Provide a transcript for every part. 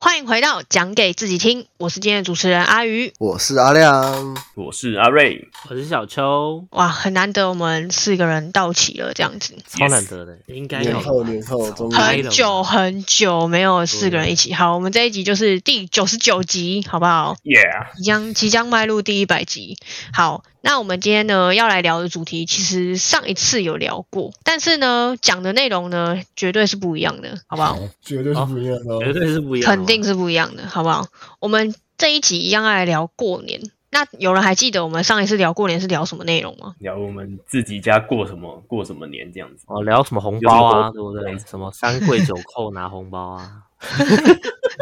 欢迎回到讲给自己听，我是今天的主持人阿鱼。我是阿亮，我是阿瑞，我是小秋，哇，很难得我们四个人到齐了，这样子， Yes 超难得的，应该年有后年后终于嗨很久很久没有四个人一起。好，我们这一集就是第九十九集，好不好？ ，Yeah，即将即将迈入第一百集。好，那我们今天呢要来聊的主题，其实上一次有聊过，但是呢讲的内容呢绝对是不一样的，好不好？绝对是不一样的哦、绝对是不一样的嘛，啊肯定是不一样的，好不好？我们这一集一样要来聊过年。那有人还记得我们上一次聊过年是聊什么内容吗？聊我们自己家过什么过什么年这样 子。哦，聊什么红包啊，有对不对？什么三跪九叩拿红包 啊，对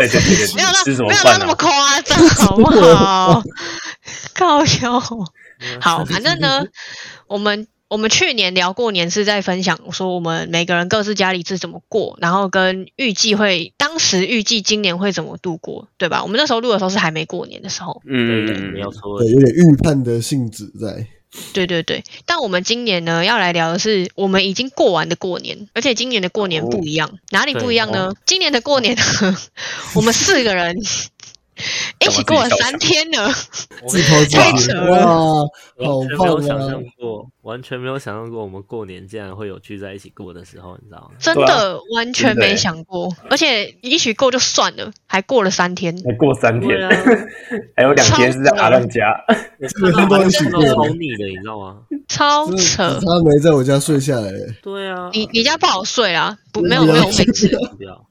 对对对，没有到吃什么没有到饭那啊么？夸张，好不好？ 靠腰。好，反正呢，我们我们去年聊过年是在分享说我们每个人各自家里是怎么过，然后跟预计会当时预计今年会怎么度过，对吧？我们那时候录的时候是还没过年的时候，嗯，嗯没有错对，，有点预判的性质在。对对对。但我们今年呢要来聊的是我们已经过完的过年，而且今年的过年不一样，哪里不一样呢？今年的过年呢， 我们四个人一起过了三天呢。我自抛太自己扯了哇，好完全没棒有想啊象！过，完全没有想象过我们过年竟然会有聚在一起过的时候，你知道吗？真对啊的完全真的没欸想过，而且一起过就算了，还过了三天，嗯才过三对天啊， 还有两天是在阿浪 家，我个看到都一起看到过超腻的，你知道吗？超真的扯只。差没在我家睡下来，对啊，你你家不好睡啊？不，真没的有没有要位置，不要，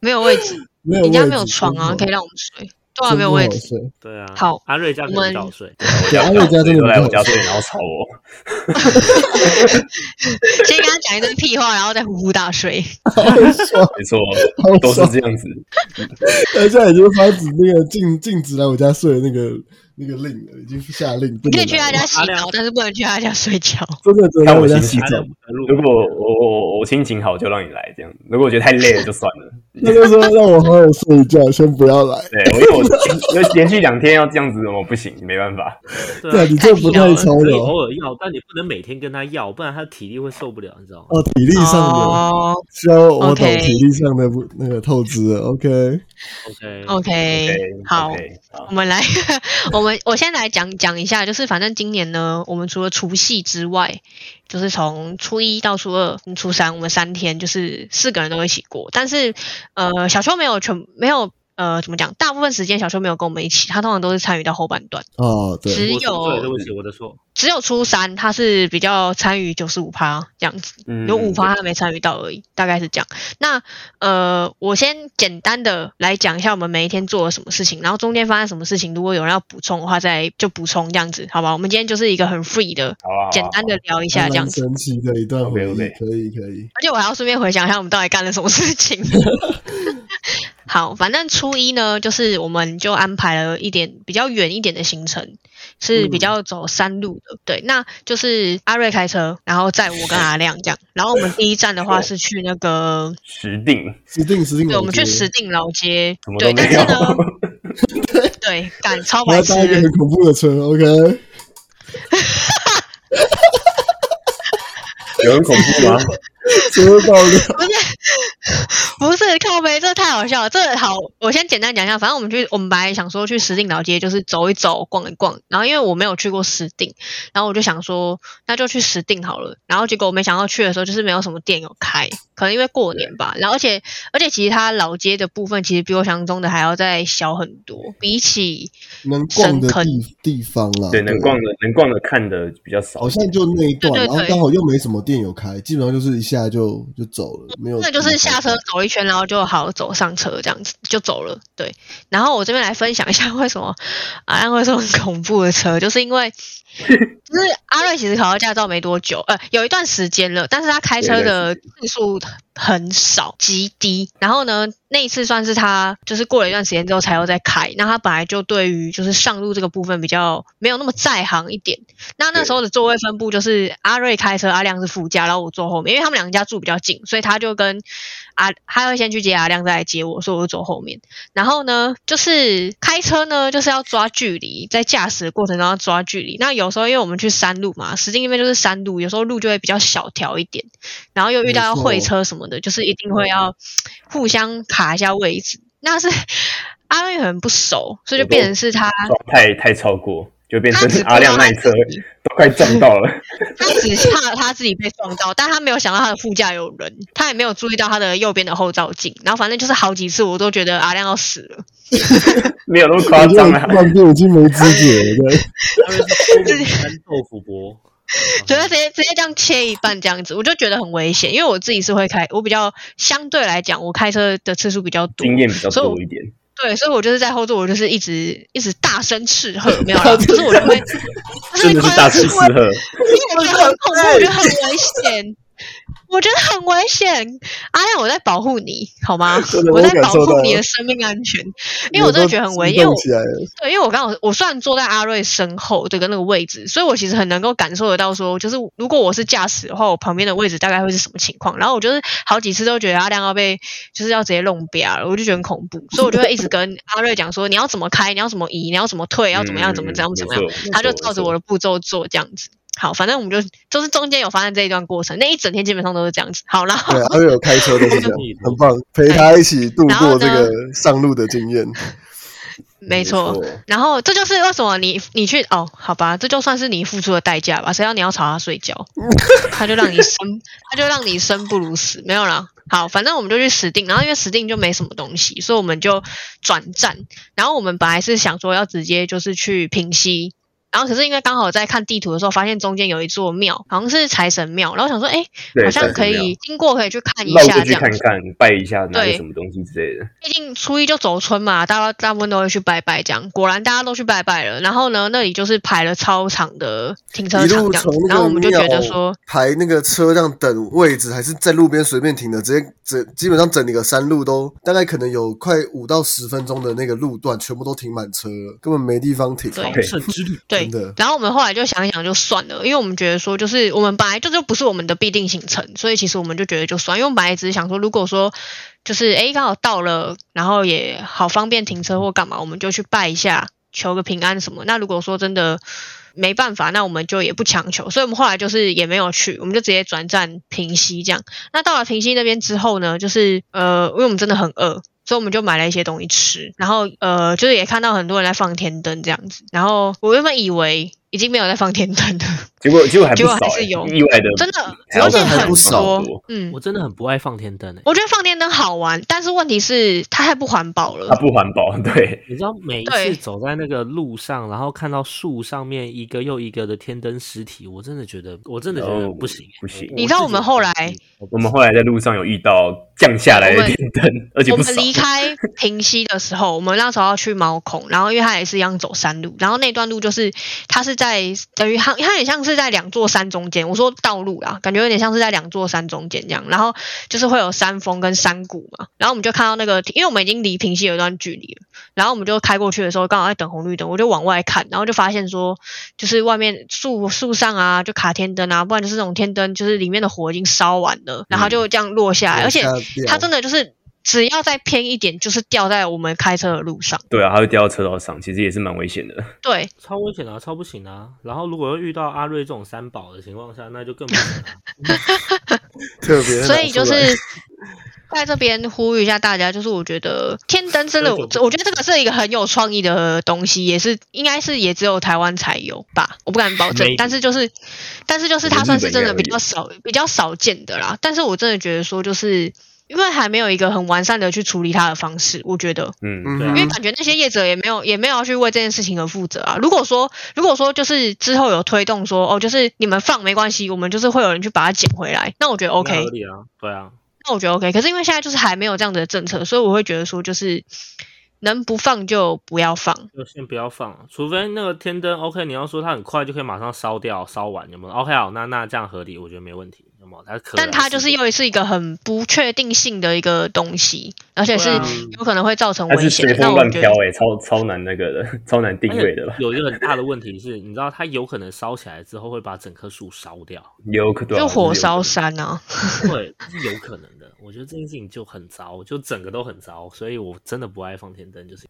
没有位置，没有你家位没有置床啊，真可的以让我们睡。对啊，真没有的哦位好置。睡对啊。好阿瑞家可能我们倒睡，我家阿瑞家真的都不来我错家睡，然后吵哦我。 先跟他讲一顿屁话，然后再呼呼大睡。好爽，没错，哦好都是爽！这样子。他现在已经发指那个禁禁止来我家睡的那个那个令了，已经下令不你可以能去他来家洗阿亮澡，但是不能去他家睡觉。真的只能来我家洗看阿澡亮。不能录如果我我我我心情好就让你来这样，如果我觉得太累了就算了。他就说让我好好睡一觉，先不要来。对，我因为我因为连续两天要这样子，我不行，没办法。对啊对，你这不太超可以了。偶尔要，但你不能每天跟他要，不然他体力会受不了，你知道吗？哦，体力上的哦需要我懂 OK 体力上的不那个透支了。OK， OK，哦，OK，对，好 OK，好 我们来，我们我先来讲讲一下，就是反正今年呢，我们除了除夕之外，就是从初一到初二、嗯初三，我们三天就是四个人都一起过。但是，呃，小秋没有全没有呃怎么讲，大部分时间小秋没有跟我们一起，他通常都是参与到后半段，哦，对，只我说对，对有不起，我的 错。只有初三他是比较参与九十五趴这样子。嗯有五趴他没参与到而已，大概是这样。那呃，我先简单的来讲一下我们每一天做了什么事情，然后中间发生什么事情，如果有人要补充的话，再就补充这样子，好吧？我们今天就是一个很 free 的，好啊好啊简单的聊一下这样蛮子。神奇的一段回忆， OK，OK 可以可以。而且我还要顺便回想一下我们到底干了什么事 情。好，反正初一呢，就是我们就安排了一点比较远一点的行程，是嗯比较走山路的。对，那就是阿瑞开车，然后载我跟阿亮这样。然后我们第一站的哦话是去那个，十定，石定石定，对，我们去石石，定老街什么。对，哦都但没是有。呢，对，赶超我白要痴搭一个很恐怖的车。OK， 有很恐怖吗？车到的不是靠背，这太好笑了。这好，我先简单讲一下。反正我们去，我们本来想说去石碇老街，就是走一走、逛一逛。然后因为我没有去过石碇，然后我就想说，那就去石碇好了。然后结果我没想到去的时候，就是没有什么店有开，可能因为过年吧。然后而且而且，其实它老街的部分其实比我想象中的还要再小很多，比起能逛的深坑地地方啦，哦对，能哦逛的能逛的看的比较少好。像就那一段，对对对然后刚好又没什么店有开，基本上就是一下就就走了，没有。那就是下车走一圈，然后就好走上车这样子就走了。对，然后我这边来分享一下为什么阿亮会说很恐怖的车，就是因为就是阿瑞其实考到驾照没多久，呃，有一段时间了，但是他开车的次数很少，极低。然后呢，那一次算是他就是过了一段时间之后才又再开，那他本来就对于就是上路这个部分比较没有那么在行一点。那那时候的座位分布就是阿瑞开车，阿亮是副驾，然后我坐后面，因为他们两家住比较近，所以他就跟阿，他会先去接阿亮，再来接我，所以我就走后面。然后呢，就是开车呢，就是要抓距离，在驾驶的过程中要抓距离。那有时候因为我们去山路嘛，石碇那边就是山路，有时候路就会比较小条一点，然后又遇到要没错会车什么的，就是一定会要互相卡一下位置。那是 阿瑞很不熟，所以就变成是他撞太太超过，就变他只成阿亮那一侧撞到自己都快撞到了。 他只怕他自己被撞到，但他没有想到他的副驾有人，他也没有注意到他的右边的后照镜。然后反正就是好几次，我都觉得阿亮要死了，没有那么我夸觉得张我啊突！然间已经没知觉了，对他们是山豆腐博，觉得直接直接这样切一半这样子，我就觉得很危险。因为我自己是会开，我比较相对来讲，我开车的次数比较多，经验比较所以我多一点，对，所以我就是在后座，我就是一直一直大声斥喝，没有啦，就是我就会，就真的是大吃四喝。因为我觉得很恐怖，我觉得很危险，我觉得很危险。阿亮，我在保护你，好吗真？的我我在感保受到护了你的生命安全， 因为我真的觉得很危险。因为动我起来了，对，因为我刚好我虽然坐在阿瑞身后这个那个位置，所以我其实很能够感受得到说，就是如果我是驾驶的话，我旁边的位置大概会是什么情况。然后我就是好几次都觉得阿亮要被就是要直接弄瘪了，我就觉得很恐怖，所以我就会一直跟阿瑞讲说，你要怎么开，你要怎么移，你要怎么退，要怎嗯么样，怎么怎么样，怎么样。样他就照着我的。的步骤做这样子。好，反正我们就就是中间有发生这一段过程，那一整天基本上都是这样子。好，然后对，阿啊瑞有开车都是这样，很棒，陪他一起度过这个上路的经验， 没错，然后这就是为什么你你去哦，好吧，这就算是你付出的代价吧。谁让你要吵他睡 觉，他就让你生，他就让你生不如死，没有啦。好，反正我们就去死定，然后因为死定就没什么东西，所以我们就转站。然后我们本来是想说要直接就是去平溪，然后可是因为刚好在看地图的时候，发现中间有一座庙，好像是财神庙，然后想说，哎，对好像可但是没以经过可以去看一有绕下过这去样看子。看，拜一下，拿个对什么东西之类的。毕竟初一就走春嘛，大家大部分都会去拜拜，这样果然大家都去拜拜了。然后呢，那里就是排了超长的停车一场路这样从子，那然后个我们就觉得庙说，排那个车这样等位置，还是在路边随便停的，直接整基本上整个山路都大概可能有快五到十分钟的那个路段，全部都停满车了，根本没地方停。对对圣之旅，对真的，然后我们后来就想一想就算了，因为我们觉得说，就是我们本来这就不是我们的必定行程，所以其实我们就觉得就算，因为我们本来只是想说，如果说就是诶刚好到了，然后也好方便停车或干嘛，我们就去拜一下，求个平安什么。那如果说真的没办法，那我们就也不强求，所以我们后来就是也没有去，我们就直接转战平溪这样。那到了平溪那边之后呢，就是呃，因为我们真的很饿，所以我们就买了一些东西吃，然后呃，就是也看到很多人在放天灯这样子。然后我原本以为已经没有在放天灯了，结果结果还不结果少还是欸，有意外的，真的，还而要且真的还很不少多多，嗯我。真的很不爱放天灯欸诶、我觉得放天灯好玩，但是问题是它太不环保它了。不环保，对，你知道每一对次走在那个路上，然后看到树上面一个又一个的天灯尸体，我真的觉得，我真的觉得哦不行欸、不行你知道我们后来嗯我们后来在路上有遇到降下来我的们天灯，而且我不们少。离开平溪的时候，我们那时候要去毛孔，然后因为它也是一样走山路，然后那段路就是它是在等于它它很像是在两座山中间，我说道路啦，感觉有点像是在两座山中间这样，然后就是会有山峰跟山谷嘛，然后我们就看到那个，因为我们已经离平溪有一段距离了，然后我们就开过去的时候刚好在等红绿灯，我就往外看，然后就发现说就是外面树树上啊就卡天灯啊，不然就是那种天灯就是里面的火已经烧完了，然后它就这样落嗯下来，而且啊它真的就是只要再偏一点，就是掉在我们开车的路上。对啊，它会掉到车道上，其实也是蛮危险的。对，超危险的、啊，超不行的啊。然后如果又遇到阿瑞这种三宝的情况下，那就更不行了、特别，所以就是。在这边呼吁一下大家，就是我觉得天灯真的，我我觉得这个是一个很有创意的东西，也是应该是也只有台湾才有吧，我不敢保证 Maybe，但是就是，但是就是它我算觉得是真日本的应该比有较少比较少见的啦。但是我真的觉得说，就是因为还没有一个很完善的去处理它的方式，我觉得，嗯，嗯对啊因为感觉那些业者也没有也没有要去为这件事情而负责啊。如果说如果说就是之后有推动说哦，就是你们放没关系，我们就是会有人去把它捡回来，那我觉得 OK，那合理啊，对啊，那我觉得 OK。可是因为现在就是还没有这样的政策，所以我会觉得说就是能不放就不要放。就先不要放，除非那个天灯 OK，你要说它很快就可以马上烧掉、烧完，有没有？OK 好，那那这样合理，我觉得没问题，有没有？它可啊但它就是要又是一个很不确定性的一个东西，而且是对啊有可能会造成它危是险随的。那风我乱觉飘得，哎，超超难那个的， 超难定位的吧？有一个很大的问题是，你知道它有可能烧起来之后会把整棵树烧掉，有可对啊就火就是有可烧能山啊，对，这是有可能的。我觉得这件事情就很糟，就整个都很糟，所以我真的不爱放天灯，就是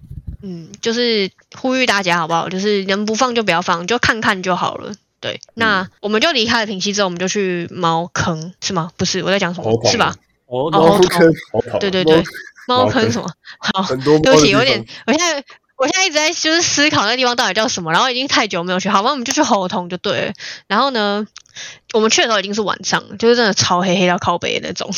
嗯，就是呼吁大家好不好？就是能不放就不要放，就看看就好了。对，嗯那我们就离开了平溪之后，我们就去猫坑是吗？不是，我在讲什猴么？棚是吧？我哦猫坑好讨对对猫对，猫猫坑坑什么？好， 很多猫对的不起，地有方，点，我现在我现在一直在就是思考那个地方到底叫什么，然后已经太久没有去，好吧，我们就去猴童就对了。然后呢，我们去的时候已经是晚上了，就是真的超黑黑到靠北的那 种，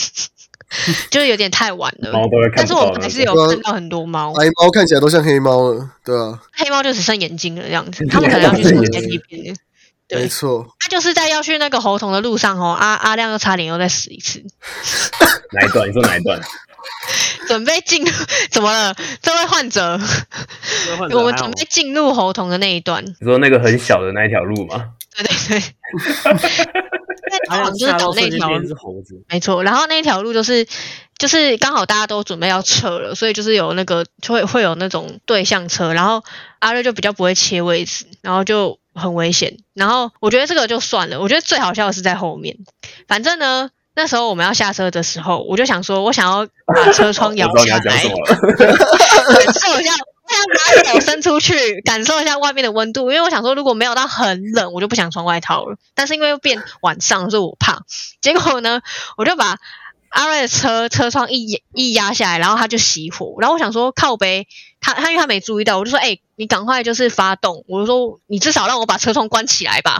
就是有点太晚猫了。都会看但是不我到们那还是个。有对啊看到很多猫，白猫看起来都像黑猫了，对啊，黑猫就只剩眼睛了这样子，他们可能要去住在那边。没对，错，他就是在要去那个猴童的路上哦，阿阿亮又差点又再死一次，哪一段？你说哪一段？准备进入 怎么了？这位患者，我们准备进入猴童的那一段，你说那个很小的那一条路吗？对对 对，哎呀在通常，就是吓走到那瞬间条变路只，猴子，没错。然后那一条路就是就是刚好大家都准备要撤了，所以就是有那个就会会有那种对向车，然后阿瑞就比较不会切位置，然后就很危险。然后我觉得这个就算了，我觉得最好笑的是在后面。反正呢，那时候我们要下车的时候，我就想说我想要把车窗摇我知道你下要讲来什，么了。感受一下，我想把手伸出去，感受一下外面的温度，因为我想说，如果没有到很冷，我就不想穿外套了。但是因为又变晚上，所以我怕。结果呢，我就把阿瑞的车车窗一一压下来，然后他就熄火。然后我想说，靠背，他他因为他没注意到，我就说，哎、你赶快就是发动，我就说你至少让我把车窗关起来吧，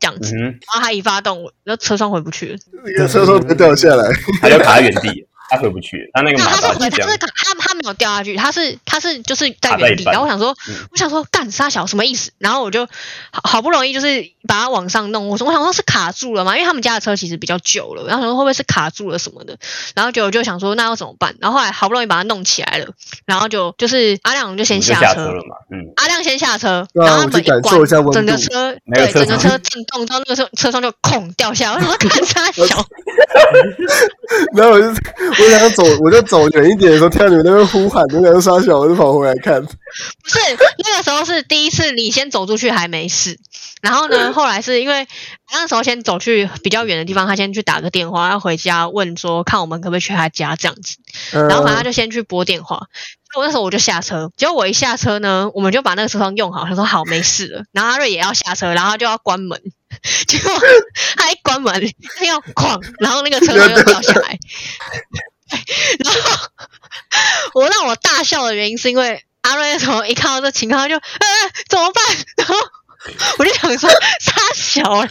这样嗯子。哼，然后他一发动，我然后车窗回不去了。 那个车窗直接掉下来，他就卡在原地，他回不去，他那个那马他达是回，这他是样。他他没有掉下去，他是他是就是在卡在原一地。半然后我想说嗯，我想说干沙小什么意思？然后我就好好不容易就是把它往上弄，我说我想说是卡住了嘛，因为他们家的车其实比较久了，然后想说会不会是卡住了什么的，然后就我就想说那要怎么办？然后后来好不容易把它弄起来了，然后就就是阿亮就你先就下下车了。嘛？嗯，阿亮先下车，对啊然后他我们去感关受一下温整个度车那个对整个车车震动之后，那个车车窗就空掉下来，我想 说干沙小。 然后我就我想要走，我就走远一点的时候，听到你们那边呼喊，我想要杀小，我就跑回来看，不是那个时候是第一次，你先走出去还没事。然后呢，后来是因为那时候先走去比较远的地方，他先去打个电话，要回家问说看我们可不可以去他家这样子。嗯然后反正他就先去拨电话。结果那时候我就下车，结果我一下车呢，我们就把那个车窗用好，他说好没事了。然后阿瑞也要下车，然后他就要关门，结果他一关门，他要哐，然后那个车窗又掉下来。然后我让我大笑的原因是因为阿瑞那时候一看到这情况，他就呃怎么办？然后我就想说他小了。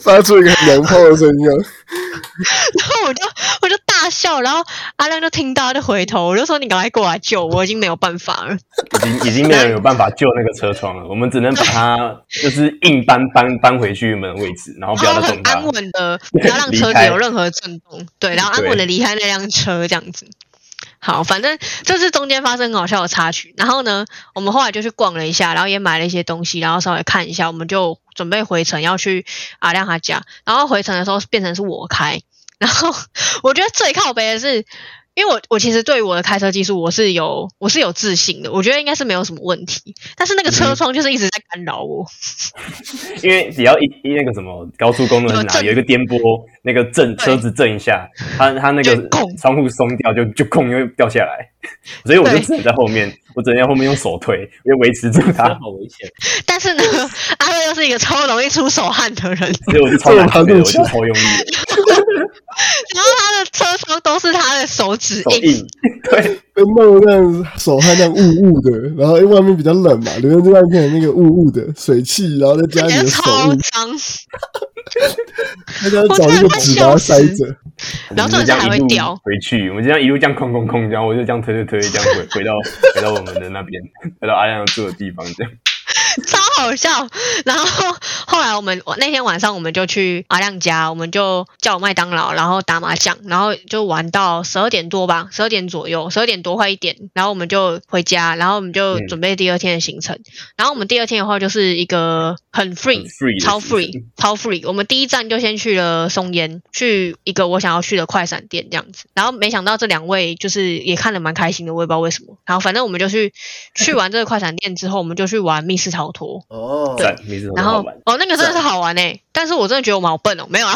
发出一个很娘炮的声音啊， 然后我就我就大笑，然后阿亮就听到，他就回头，我就说你赶快过来救我，我已经没有办法了。已经已经没有人有办法救那个车窗了，我们只能把它就是硬搬搬搬回去门的位置，然后不然要后再很动它安。稳的，不要让离车子开有任何震动，对，然后安稳的离开那辆车这样子。好，反正这是中间发生很好笑的插曲。然后呢，我们后来就去逛了一下，然后也买了一些东西，然后稍微看一下，我们就准备回程要去阿亮他家。然后回程的时候变成是我开，然后 我觉得最靠北的是，因为我我其实对于我的开车技术我是有我是有自信的，我觉得应该是没有什么问题。但是那嗯个车窗就是一直在干扰我，因为只要一一那个什么高速公路有哪震有一个颠簸，那个震对车子震一下，它它那就个空窗户松掉就就空又掉下来， 所以我就对只能在后面，我只能在后面用手推，因为维持住 真的它，好危险。但是呢，阿瑞又是一个超容易出手汗的人，所以我就超难推的，我就超用力的，然后他的车窗都是他的手指 手印，硬，对，跟弄那样手汗那样雾雾的，然后因为外面比较冷嘛，留在这外面那个雾雾的水汽，然后再加感你觉的手超 雾，脏。他就要找那个纸把它塞着，然后我重点是们就这样还会一路掉回去，我们就这样一路这样空空空，然后我就这样推推推，这样回回到回到我们的那边， 回到阿亮住的地方，这样超好笑。然后后来我们我那天晚上我们就去阿亮家，我们就叫麦当劳，然后打麻将，然后就玩到十二点多吧，十二点左右，十二点多快一点，然后我们就回家，然后我们就嗯准备第二天的行程。然后我们第二天的话就是一个很 free 很 free 的超行程 free 超 free。我们第一站就先去了松烟，去一个我想要去的快闪店这样子。然后没想到这两位就是也看得蛮开心的，我也不知道为什么。然后反正我们就去去完这个快闪店之后，我们就去玩密室逃脱。哦赞，每次都然好后玩。哦，那个真的是好玩哎、但是我真的觉得我们好笨哦，没有啊，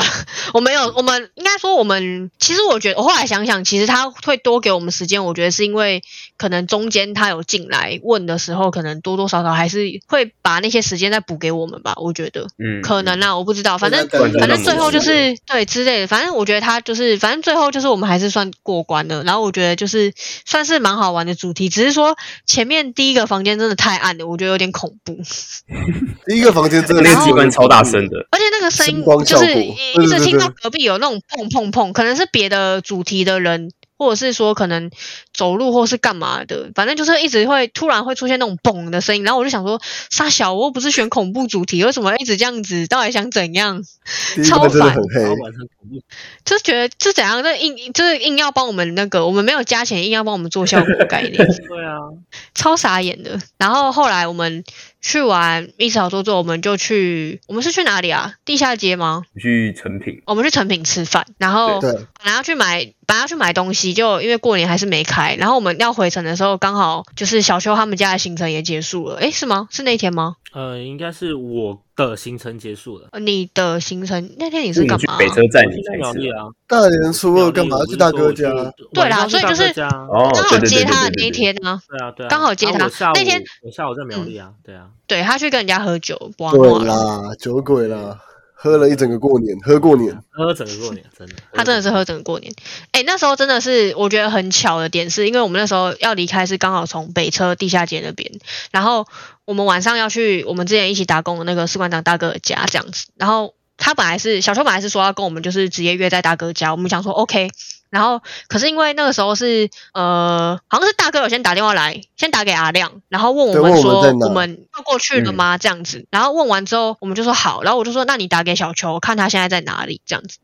我没有，我们应该说我们，其实我觉得我后来想想，其实他会多给我们时间，我觉得是因为可能中间他有进来问的时候，可能多多少少还是会把那些时间再补给我们吧，我觉得嗯，可能啊啦，我不知道，反正对对反正对最后就对是对之类的，反正我觉得他就是，反正最后就是我们还是算过关了。然后我觉得就是算是蛮好玩的主题，只是说前面第一个房间真的太暗了，我觉得有点恐怖，第一个房间真的那是个机关超大声，的，而且那个声音声光效就果是对一对直对听到对隔壁有那种砰砰砰，可能是别的主题的人。或者是说可能走路或是干嘛的，反正就是一直会突然会出现那种嘣的声音，然后我就想说，傻小，我又不是选恐怖主题，为什么一直这样子？到底想怎样？ 第一关真的很然后黑，晚上恐怖，就觉得这怎样？这硬就是硬要帮我们那个，我们没有加钱，硬要帮我们做效果概念， 对啊，超傻眼的。然后后来我们去完一小桌之后，我们就去，我们是去哪里啊？地下街吗？去成品，我们去成品吃饭，然后对，本来要去买，本来要去买东西，就因为过年还是没开。然后我们要回程的时候，刚好就是小秋他们家的行程也结束了。诶，是吗？是那一天吗？呃，应该是我的行程结束了。呃你的行程那天你是你干去嘛啊、北车站你去才苗栗吃。啊，大年初二干嘛苗栗去大哥家？？对啦我不是说我去晚上去所以就大是哥家啊哦刚，好对对对接对他的对那对一对，天啊，对啊，对啊，刚好接啊他我下午那天，嗯我下午在苗栗啊，对啊，对他去跟人家喝酒，哇对啦，酒鬼啦，喝了一整个过年，喝过年，喝呃整个过年，真的， 他真的是喝整个过年。哎、那时候真的是我觉得很巧的点是，因为我们那时候要离开是刚好从北车地下街那边，然后我们晚上要去我们之前一起打工的那个士官长大哥的家这样子，然后。他本来是小秋，本来是说要跟我们就是直接约在大哥家，我们想说 OK，然后可是因为那个时候是呃，好像是大哥有先打电话来，先打给阿亮，然后问我对问们我们说在哪嗯我们要过去了吗？这样子，然后问完之后我们就说好，然后我就说那你打给小秋，看他现在在哪里这样子。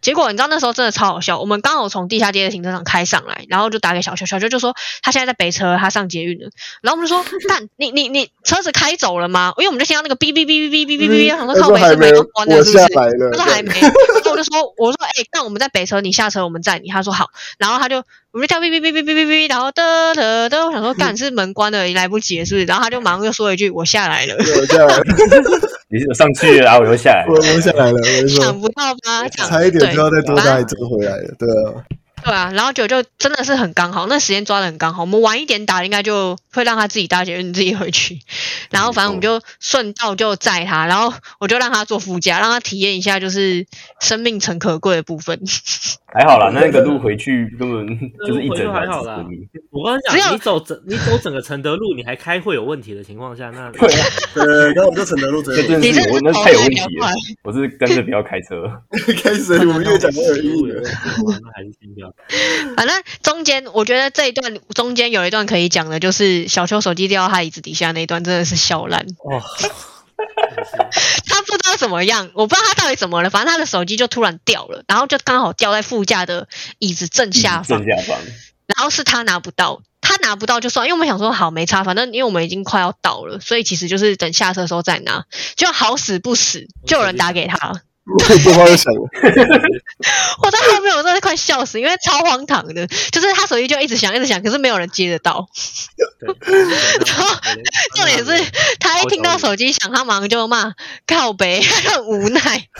结果你知道那时候真的超好笑，我们刚好从地下街的停车场开上来，然后就打给小秋，小秋就说他现在在北车，他上捷运了。然后我们 就说干你你你车子开走了吗？因为我们就听到那个哔哔哔哔哔哔哔，然后他说靠说北还车没门都关了我是不下是？来了，他说还没，然后我就说，我说，哎、那我们在北车，你下车，我们载你。他说好，然后他就，我们就叫哔哔哔哔哔哔哔，然后嘚嘚嘚，我想说，干是门关了，来不及了，是不是？然后他就马上又说一句，我下来了，对我下来了，你是有上去了，然后我又下来我，我下来了，我跟你说想。不到吧？这样啊差一点就要再多对搭一折回来了，对啊，对啊，然后九就真的是很刚好，那时间抓的很刚好。我们晚一点打，应该就会让他自己搭捷运自己回去。然后反正我们就顺道就载他，然后我就让他坐副驾，让他体验一下就是生命诚可贵的部分。还好啦，那个路回去根本就是一那路回整去还好啦条路我刚刚只有讲，你走整你走整个承德路，你还开会有问题的情况下，那 对啊 对，然后我就承德路直 这真你的真是的我是那头太有脑问比较题了快，我是跟着不要开车。 开始我们越讲越有意义有了 问，题，那还是先不要。反正中间我觉得这一段中间有一段可以讲的，就是小秋手机掉到他椅子底下那一段，真的是笑烂。 哦，他不知道怎么样，我不知道他到底怎么了，反正他的手机就突然掉了，然后就刚好掉在副驾的椅子正下方正。下方，然后是他拿不到，他拿不到就算，因为我们想说好没差，反正因为我们已经快要到了，所以其实就是等下车的时候再拿，就好死不死就有人打给他，电话又响了，我在后面我真的快笑死，因为超荒唐的，就是他手机就一直响一直响，可是没有人接得到，对，重点是他一听到手机响，他马上就骂靠北， 他很无奈。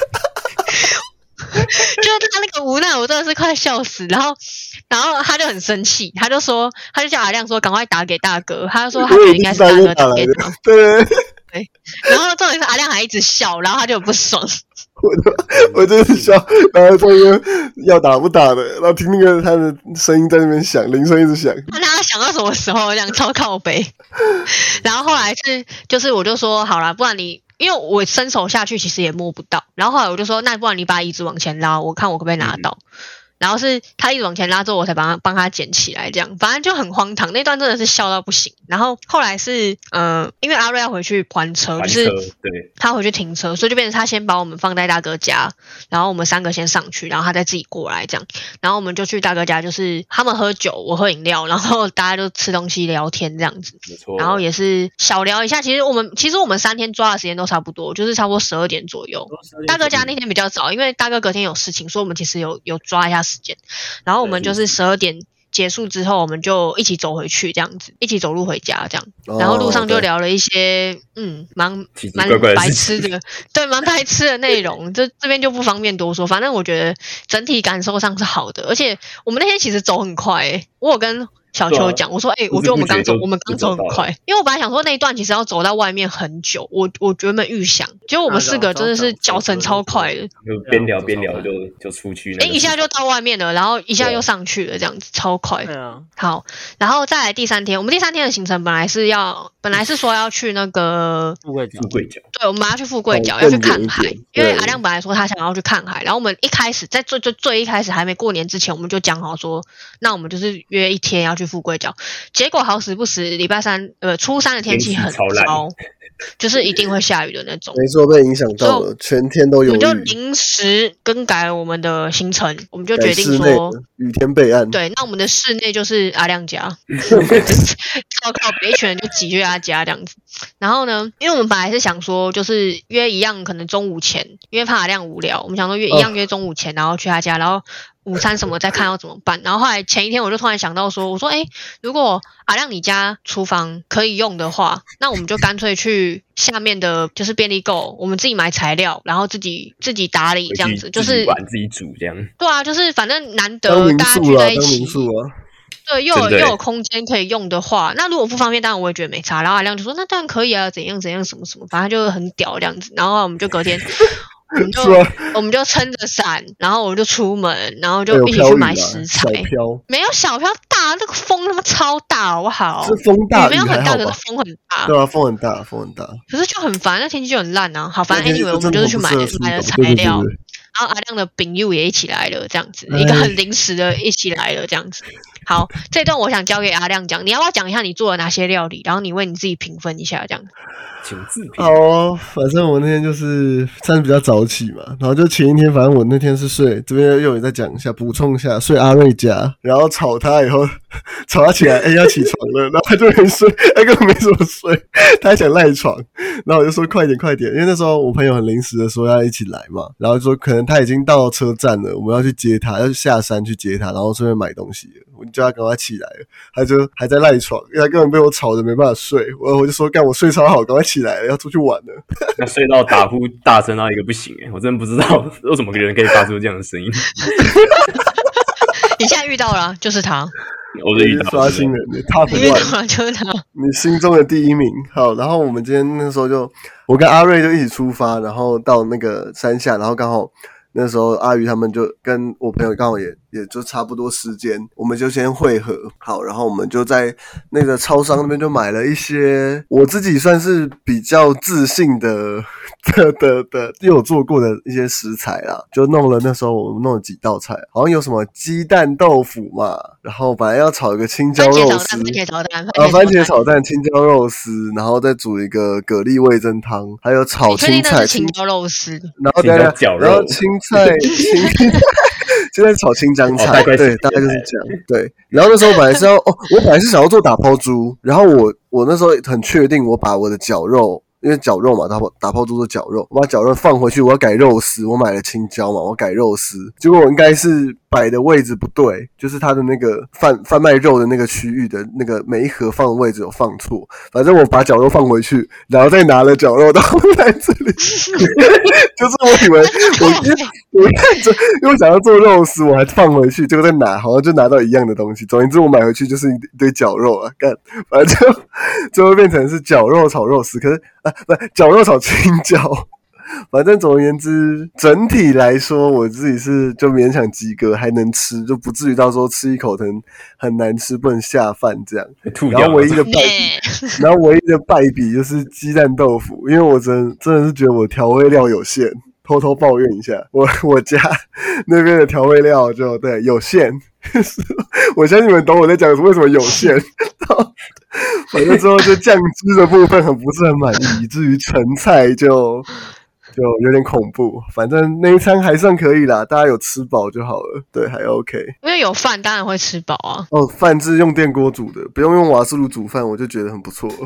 就是他那个无奈，我真的是快笑死。然后，然后他就很生气，他就说，他就叫阿亮说，赶快打给大哥。他就说，他觉我得已应该经是大哥大哥打打来给的他。，对，然后重点是阿亮还一直笑，然后他就很不爽。我就我真是笑，然后这个要打不打的，然后听那个他的声音在那边响，铃声一直响，他让他想到什么时候，这样超靠背。然后后来是，就是我就说好啦，不然你因为我伸手下去其实也摸不到，然后后来我就说那不然你把椅子往前拉，我看我可不可以嗯拿到。然后是他一直往前拉之后，我才帮他帮他捡起来，这样反正就很荒唐。那段真的是笑到不行。然后后来是，嗯、因为阿瑞要回去还车，还就车是对，他回去停车，所以就变成他先把我们放在大哥家，然后我们三个先上去，然后他再自己过来这样，然后我们就去大哥家，就是他们喝酒，我喝饮料，然后大家就吃东西聊天这样子，没错。然后也是小聊一下。其实我们其实我们三天抓的时间都差不多，就是差不多十二点左右。大哥家那天比较早，因为大哥隔天有事情，所以我们其实有有抓一下时间，然后我们就是十二点结束之后，我们就一起走回去，这样子，一起走路回家，这样。哦然后路上就对聊了一些，嗯，蛮奇奇蛮怪怪的白事痴情的，对，蛮白痴的内容，这这边就不方便多说。反正我觉得整体感受上是好的，而且我们那天其实走很快、欸，我有跟小对秋啊讲，我说，哎、不我知觉得我们不觉刚走就，我们就刚走走很到了快，因为我本来想说那一段其实要走到外面很久，我我原本预想，结啊果我们四个真的是脚程超快的，就边聊边聊就就出去那哎、个一下就到外面了，然后一下对啊又上去了，这样子超快。对啊，好，然后再来第三天，我们第三天的行程本来是要，本来是说要去那个，富贵角富贵角，对，我们要去富贵角，哦要去更远看一海点，因为对阿亮本来说他想要去看海，然后我们一开始在最最最一开始还没过年之前，我们就讲好说，那我们就是约一天要去富贵角，结果好死不死，礼拜三呃初三的天气天气很超烂糟，就是一定会下雨的那种，没错，被影响到了，全天都我有们就雨，临时更改了我们的行程，我们就改决定室内说。雨天备案。对，那我们的室内就是阿 亮家，靠靠北一群人就挤去他家这样子。然后呢，因为我们本来是想说，就是约一样，可能中午前，因为怕阿亮无聊，我们想说约一嗯样约中午前，然后去他家，然后午餐什么再看要怎么办。然后后来前一天我就突然想到说，我说哎，诶如果阿亮你家厨房可以用的话，那我们就干脆去下面的，就是便利购，我们自己买材料，然后自己自己打理回这样去子，就自己是玩自己煮这样，对啊，就是反正难当得民大家宿聚啦，在一当起民。宿啊，对，又有真的又欸有空间可以用的话，那如果不方便，当然我也觉得没差。然后阿亮就说：“那当然可以啊，怎样怎样，什么什么，反正就很屌这样子。”然后我们就隔 天，我们是就啊，我们就撑着伞，然后我们就出门，然后还有就一起飘去雨啊买食材哦小。飘，没有小飘大，那个风他妈超大，好不好？是风大雨没有还很好大，可是吧？风很大，对啊，风很大，风很大。可是就很烦，那天气就很烂啊。好，反正那天 anyway，我们真的就很是去不买适合买了出材门对对料，对对然后阿亮的丙佑也一起来了，这样子，哎一个很临时的一起来了，这样子。好，这段我想交给阿亮讲，你要不要讲一下你做了哪些料理，然后你为你自己评分一下，这样。请自评好。哦，反正我那天就是算是比较早起嘛，然后就前一天，反正我那天是睡这边又有再讲一下，补充一下，睡阿瑞家，然后吵他以后，吵他起来，哎、要起床了，然后他就没睡，他根本没怎么睡，他还想赖床，然后我就说快点快点，因为那时候我朋友很临时的说要一起来嘛，然后说可能他已经到车站了，我们要去接他，要去下山去接他，然后顺便买东西了，我就叫他赶快起来了，他就还在赖床，因为他根本被我吵得没办法睡，我我就说干我睡超好，赶快起来了，要出去玩了。那睡到打呼大声到一个不行哎、我真的不知道 为什么个人可以发出这样的 声音，你现在遇到了啊，就是 他，我就你遇是到刷新人的 top 你遇到 one，了就是他。你心中的第一名。好，然后我们今天那时候就，我跟阿瑞就一起出发，然后到那个山下，然后刚好那时候阿鱼他们就跟我朋友刚好也也就差不多时间，我们就先汇合。好，然后我们就在那个超商那边就买了一些我自己算是比较自信的的的的又有做过的一些食材啦，就弄了那时候我们弄了几道菜，好像有什么鸡蛋豆腐嘛，然后本来要炒一个青椒番茄肉炒丝蛋，番，茄炒蛋，啊，番茄蛋。炒蛋、青椒肉丝，然后再煮一个蛤蜊味增汤，还有炒你确青定那菜是青青，椒肉丝？然后青椒哦等一下绞然后肉青 菜 青，现在炒青江哦菜，大概是对，大概就是这样。对，然后那时候本来是要， 哦，我本来是想要做打抛猪，然后我我那时候很确定，我把我的绞肉。因为绞肉嘛，打抛打抛猪的绞肉，我把绞肉放回去，我要改肉丝，我买了青椒嘛，我改肉丝，结果我应该是摆的位置不对，就是它的那个贩贩卖肉的那个区域的那个每一盒放的位置有放错，反正我把绞肉放回去，然后再拿了绞肉到来这里， 就是我以为我因 为我看着，因为我想要做肉丝，我还放回去，结果再拿，好像就拿到一样的东西。总而言之，我买回去就是一堆绞肉啊，干，反正就最后变成是绞肉炒肉丝，可是啊，不，绞肉炒青椒。反正总而言之，整体来说，我自己是就勉强及格，还能吃，就不至于到时候吃一口可能很难吃，不能下饭这样。啊吐然掉后唯一了。的败笔耶然后唯一的败笔就是鸡蛋豆腐，因为我真真的是觉得我调味料有限，偷偷抱怨一下，我我家 那边的调味料就对有限。 我相信你们懂我在讲为什么有限。 然后反正之后就酱汁的部分很不是很满意，以至于成菜就就有点恐怖。反正那一餐还算可以啦，大家有吃饱就好了，对，还 OK。因为有饭当然会吃饱啊。哦，饭是用电锅煮的，不用用瓦斯炉煮饭，我就觉得很不错。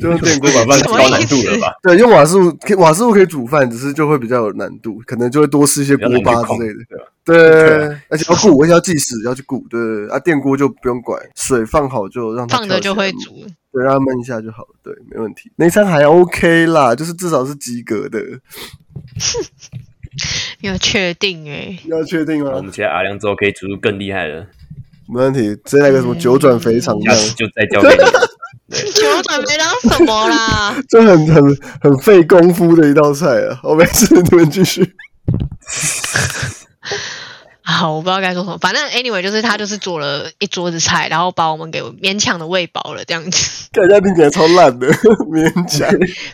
就用电锅把把饭饭超难度了 吧？对，用瓦斯炉，可以瓦斯炉可以煮饭，只是就会比较有难度，可能就会多吃一些锅巴之类的。对吧？对，对而且要顾，而且要计时，要去顾。对对对，啊，电锅就不用管，水放好就让它放着跳就起来会嘛煮，对，让它焖一下就好了。对，没问题。那一餐还 OK 啦，就是至少是及格的。你有确定欸诶、要确定吗？我们期待阿亮之后可以煮出更厉害的，没问题，直接来个什么九转肥肠嗯这下样， 次就再交 给你。九转没当什么啦，这很很很费功夫的一道菜啊。我没事，你们继续。 好，我不知道该说什么，反正 anyway 就是他就是做了一桌子菜，然后把我们给勉强的喂饱了这样子，感觉听起来超烂的， 勉 强。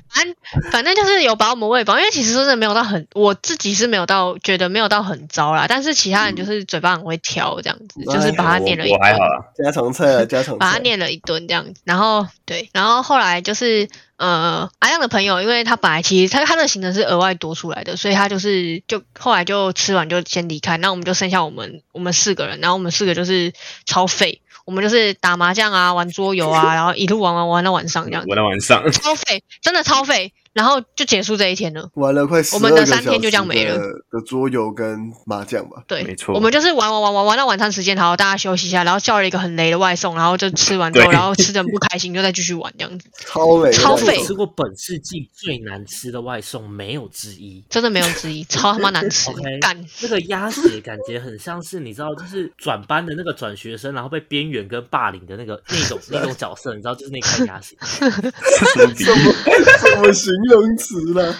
反正反正就是有把我们喂饱，因为其实真的没有到很，我自己是没有到觉得没有到很糟啦，但是其他人就是嘴巴很会挑这样子，就是把它念啊了一嗯我我还顿好。啦，家常菜啊，家常把它念了一顿这样子，然后对，然后后来就是呃，阿亮的朋友，因为他本来其实他他的行程是额外多出来的，所以他就是就后来就吃完就先离开，那我们就剩下我们我们四个人，然后我们四个就是超废，我们就是打麻将啊，玩桌游啊，然后一路玩玩玩到晚上这样子，我到晚上超废，真的超废，然后就结束这一天了。玩了快十我二们个的小三时天就这样没了的的桌游跟麻将吧。对，没错我们就是玩玩玩玩玩到晚餐时间，然后大家休息一下，然后叫了一个很雷的外送，然后就吃完之后，对然后吃的不开心，就再继续玩这样子。超美，超废吃过本世纪最难吃的外送，没有之一。真的没有之一，超他妈难吃 OK，干！那个 鸭血感觉很像是你知道，就是转班的那个转学生，然后被边缘跟霸凌的那个那种 那种角色，你知道，就是那块鸭血，什么比什 么什么形容词啦？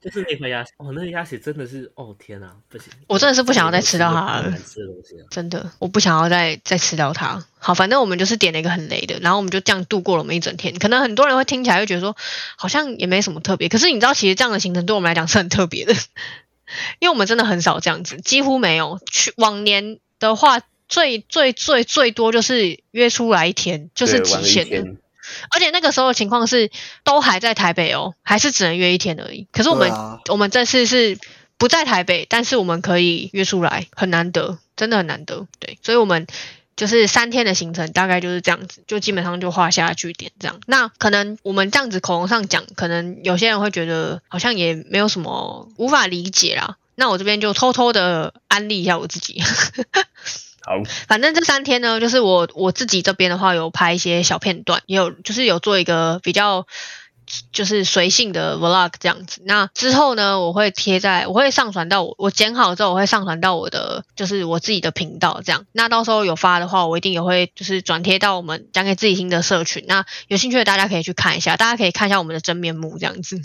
就是那块鸭血。哦，那个鸭血真的是，哦天啊，不行！我真的是不想要再吃到它了 太难吃的东西了。真的，我不想要再再吃到它。好，反正我们就是点了一个很雷的，然后我们就这样度过了我们一整天。可能很多人会听起来会觉得说，好像也没什么特别。可是你知道，其实这样的行程对我们来讲是很特别的， 因为我们真的很少这样子，几乎没有。去往年的话，最最最最多就是约出来一天，就是对玩极了一限的。天，而且那个时候的情况是都还在台北哦，还是只能约一天而已。可是我们、对啊我们这次是不在台北，但是我们可以约出来，很难得，真的很难得。对，所以我们。就是三天的行程，大概就是这样子，就基本上就画下句点这样。那可能我们这样子口头上讲，可能有些人会觉得好像也没有什么无法理解啦。那我这边就偷偷的安利一下我自己，好，反正这三天呢，就是我我自己这边的话有拍一些小片段，也有就是有做一个比较就是随性的 vlog 这样子。那之后呢，我会贴在，我会上传到我我剪好之后，我会上传到我的就是我自己的频道这样。那到时候有发的话，我一定也会就是转贴到我们讲给自己听的社群。那有兴趣的大家可以去看一下，大家可以看一下我们的真面目这样 子，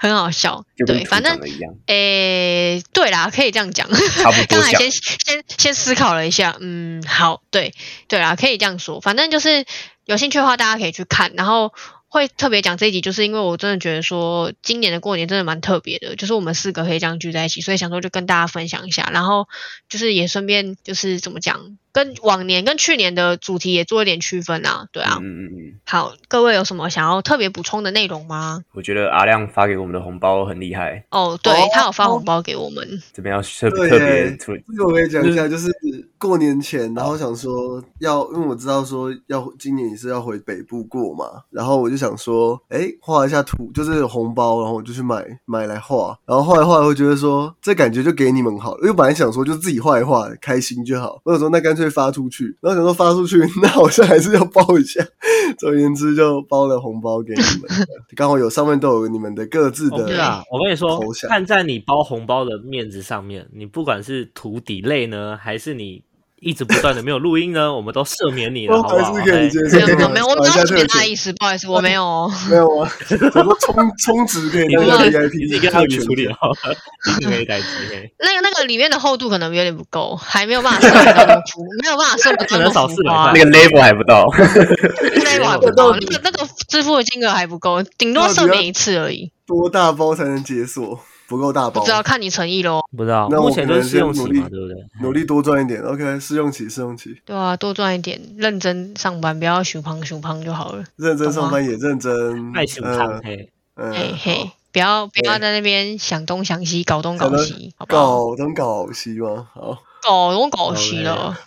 很好笑就。跟对，组反正长的一样，诶、对啦，可以这样讲。差 不刚多才像先先先思考了一下，嗯，好，对对啦，可以这样说。反正就是有兴趣的话，大家可以去看。然后会特别讲这一集，就是因为我真的觉得说，今年的过年真的蛮特别的，就是我们四个可以这样聚在一起，所以想说就跟大家分享一下。然后就是也顺便就是怎么讲，跟往年跟去年的主题也做一点区分啊，对啊。嗯嗯嗯嗯，好，各位有什么想要特别补充的内容吗？我觉得阿亮发给我们的红包很厉害，哦，对哦他有发红包给我们，这边要特对特别耶出这个我可以讲一下，就是过年前，然后想说要，因为我知道说要今年也是要回北部过嘛，然后我就想说，哎，画一下图，就是红包，然后我就去买买来画，然后画一画，我觉得说这感觉就给你们好了，因为本来想说就自己画一画，开心就好，我想说那干脆发出去，然后想说发出去， 那好像还是要包一下， 总而言之就包了红包给你们，刚好有上面都有你们的各自的。哦对啊，我跟你说投，降看在你包红包的面子上面，你不管是图抵累呢，还是你一直不断的没有录音呢，我们都赦免你了， 我好不还好？是可以 OK？接受没的，有哎没有没有，我们玩一要下特别特大权意思，不好意思，我 没有哦。没有啊，我说充 充值可以你当这个个 VIP，你自己跟他们特权处理啊好了，你可以改机会。 那个那个里面的厚度可能有点不够，还没有办法送到那么服，没有办法送到 可那能么少浮400夸块那个 level 还 不到，那个还不到，那个那个支付的金额还不够，顶啊多赦免一次而已。多大包才能解锁？不够大不包知，道看你诚意喽。不知道，那我目前可都能是试用期先努嘛，力对不对？努力多赚一点。OK，试用期，试用期，对啊，多赚一点，认真上班，不要熊胖熊胖就好了。认真上班也认真。爱熊嗯呃汤嘿，嗯，嘿嘿，不要不要在那边想东想西，搞东搞西，好不好？搞东搞西吗？好，狗都狗西好了。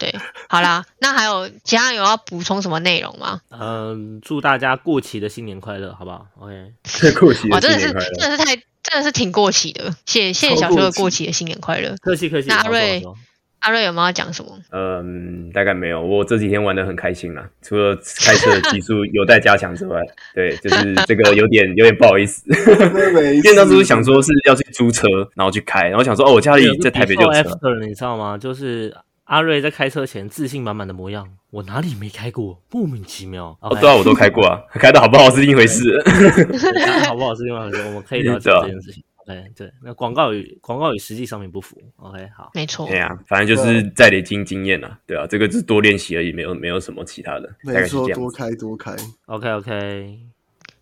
对，好啦，那还有其他有要补充什么内容吗？嗯，祝大家过期的新年快乐，好不好？OK，太过期哇，了，哦真的新是年快真的乐！是太真的是挺过期的，谢谢谢谢超小秋过的期过期的新年快乐。客气客气。那好说好瑞说阿瑞有没有要讲什么？嗯，大概没有。我这几天玩的很开心啦，除了开车的技 术有待加强之外，对，就是这个有点有点不好意思， 因因为当初想说是要去租车，然后去开，然后想说哦，我家里啊在台北就有 Before 车， after，你知道吗？就是阿瑞在开车前自信满满的模样，我哪里没开过？莫名其妙。哦， OK，对啊，我 都开过啊，开的好不好是另一回事。对好不好是另外一回事，我们可以了解对啊这件事情。OK，对，那广告与广告与实际上面不符。OK，好，没错对，啊呀，反啊正就是在累积经验啊，对啊，这个只是多练习而已，没有没有什么其他的，大概没是这错，样多子。开多开， OK OK，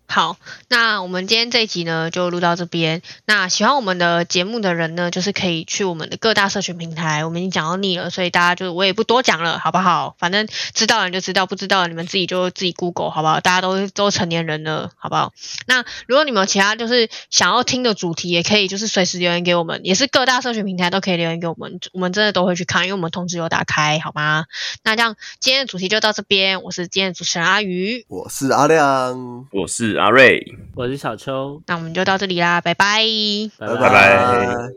好，那我们今天这一集呢就录到这边。那喜欢我们的节目的人呢，就是可以去我们的各大社群平台。我们已经讲到腻了，所以大家就我也不多讲了，好不好？反正知道的人就知道，不知道的你们自己就自己 Google 好不好？大家都都成年人了，好不好？那如果你们有其他就是想要听的主题，也可以就是随时留言给我们，也是各大社群平台都可以留言给我们，我们真的都会去看，因为我们通知有打开，好吗？那这样今天的主题就到这边，我是今天的主持人阿鱼，我是阿亮，我是阿瑞，我是小秋，那我们就到这里啦，拜拜。拜拜拜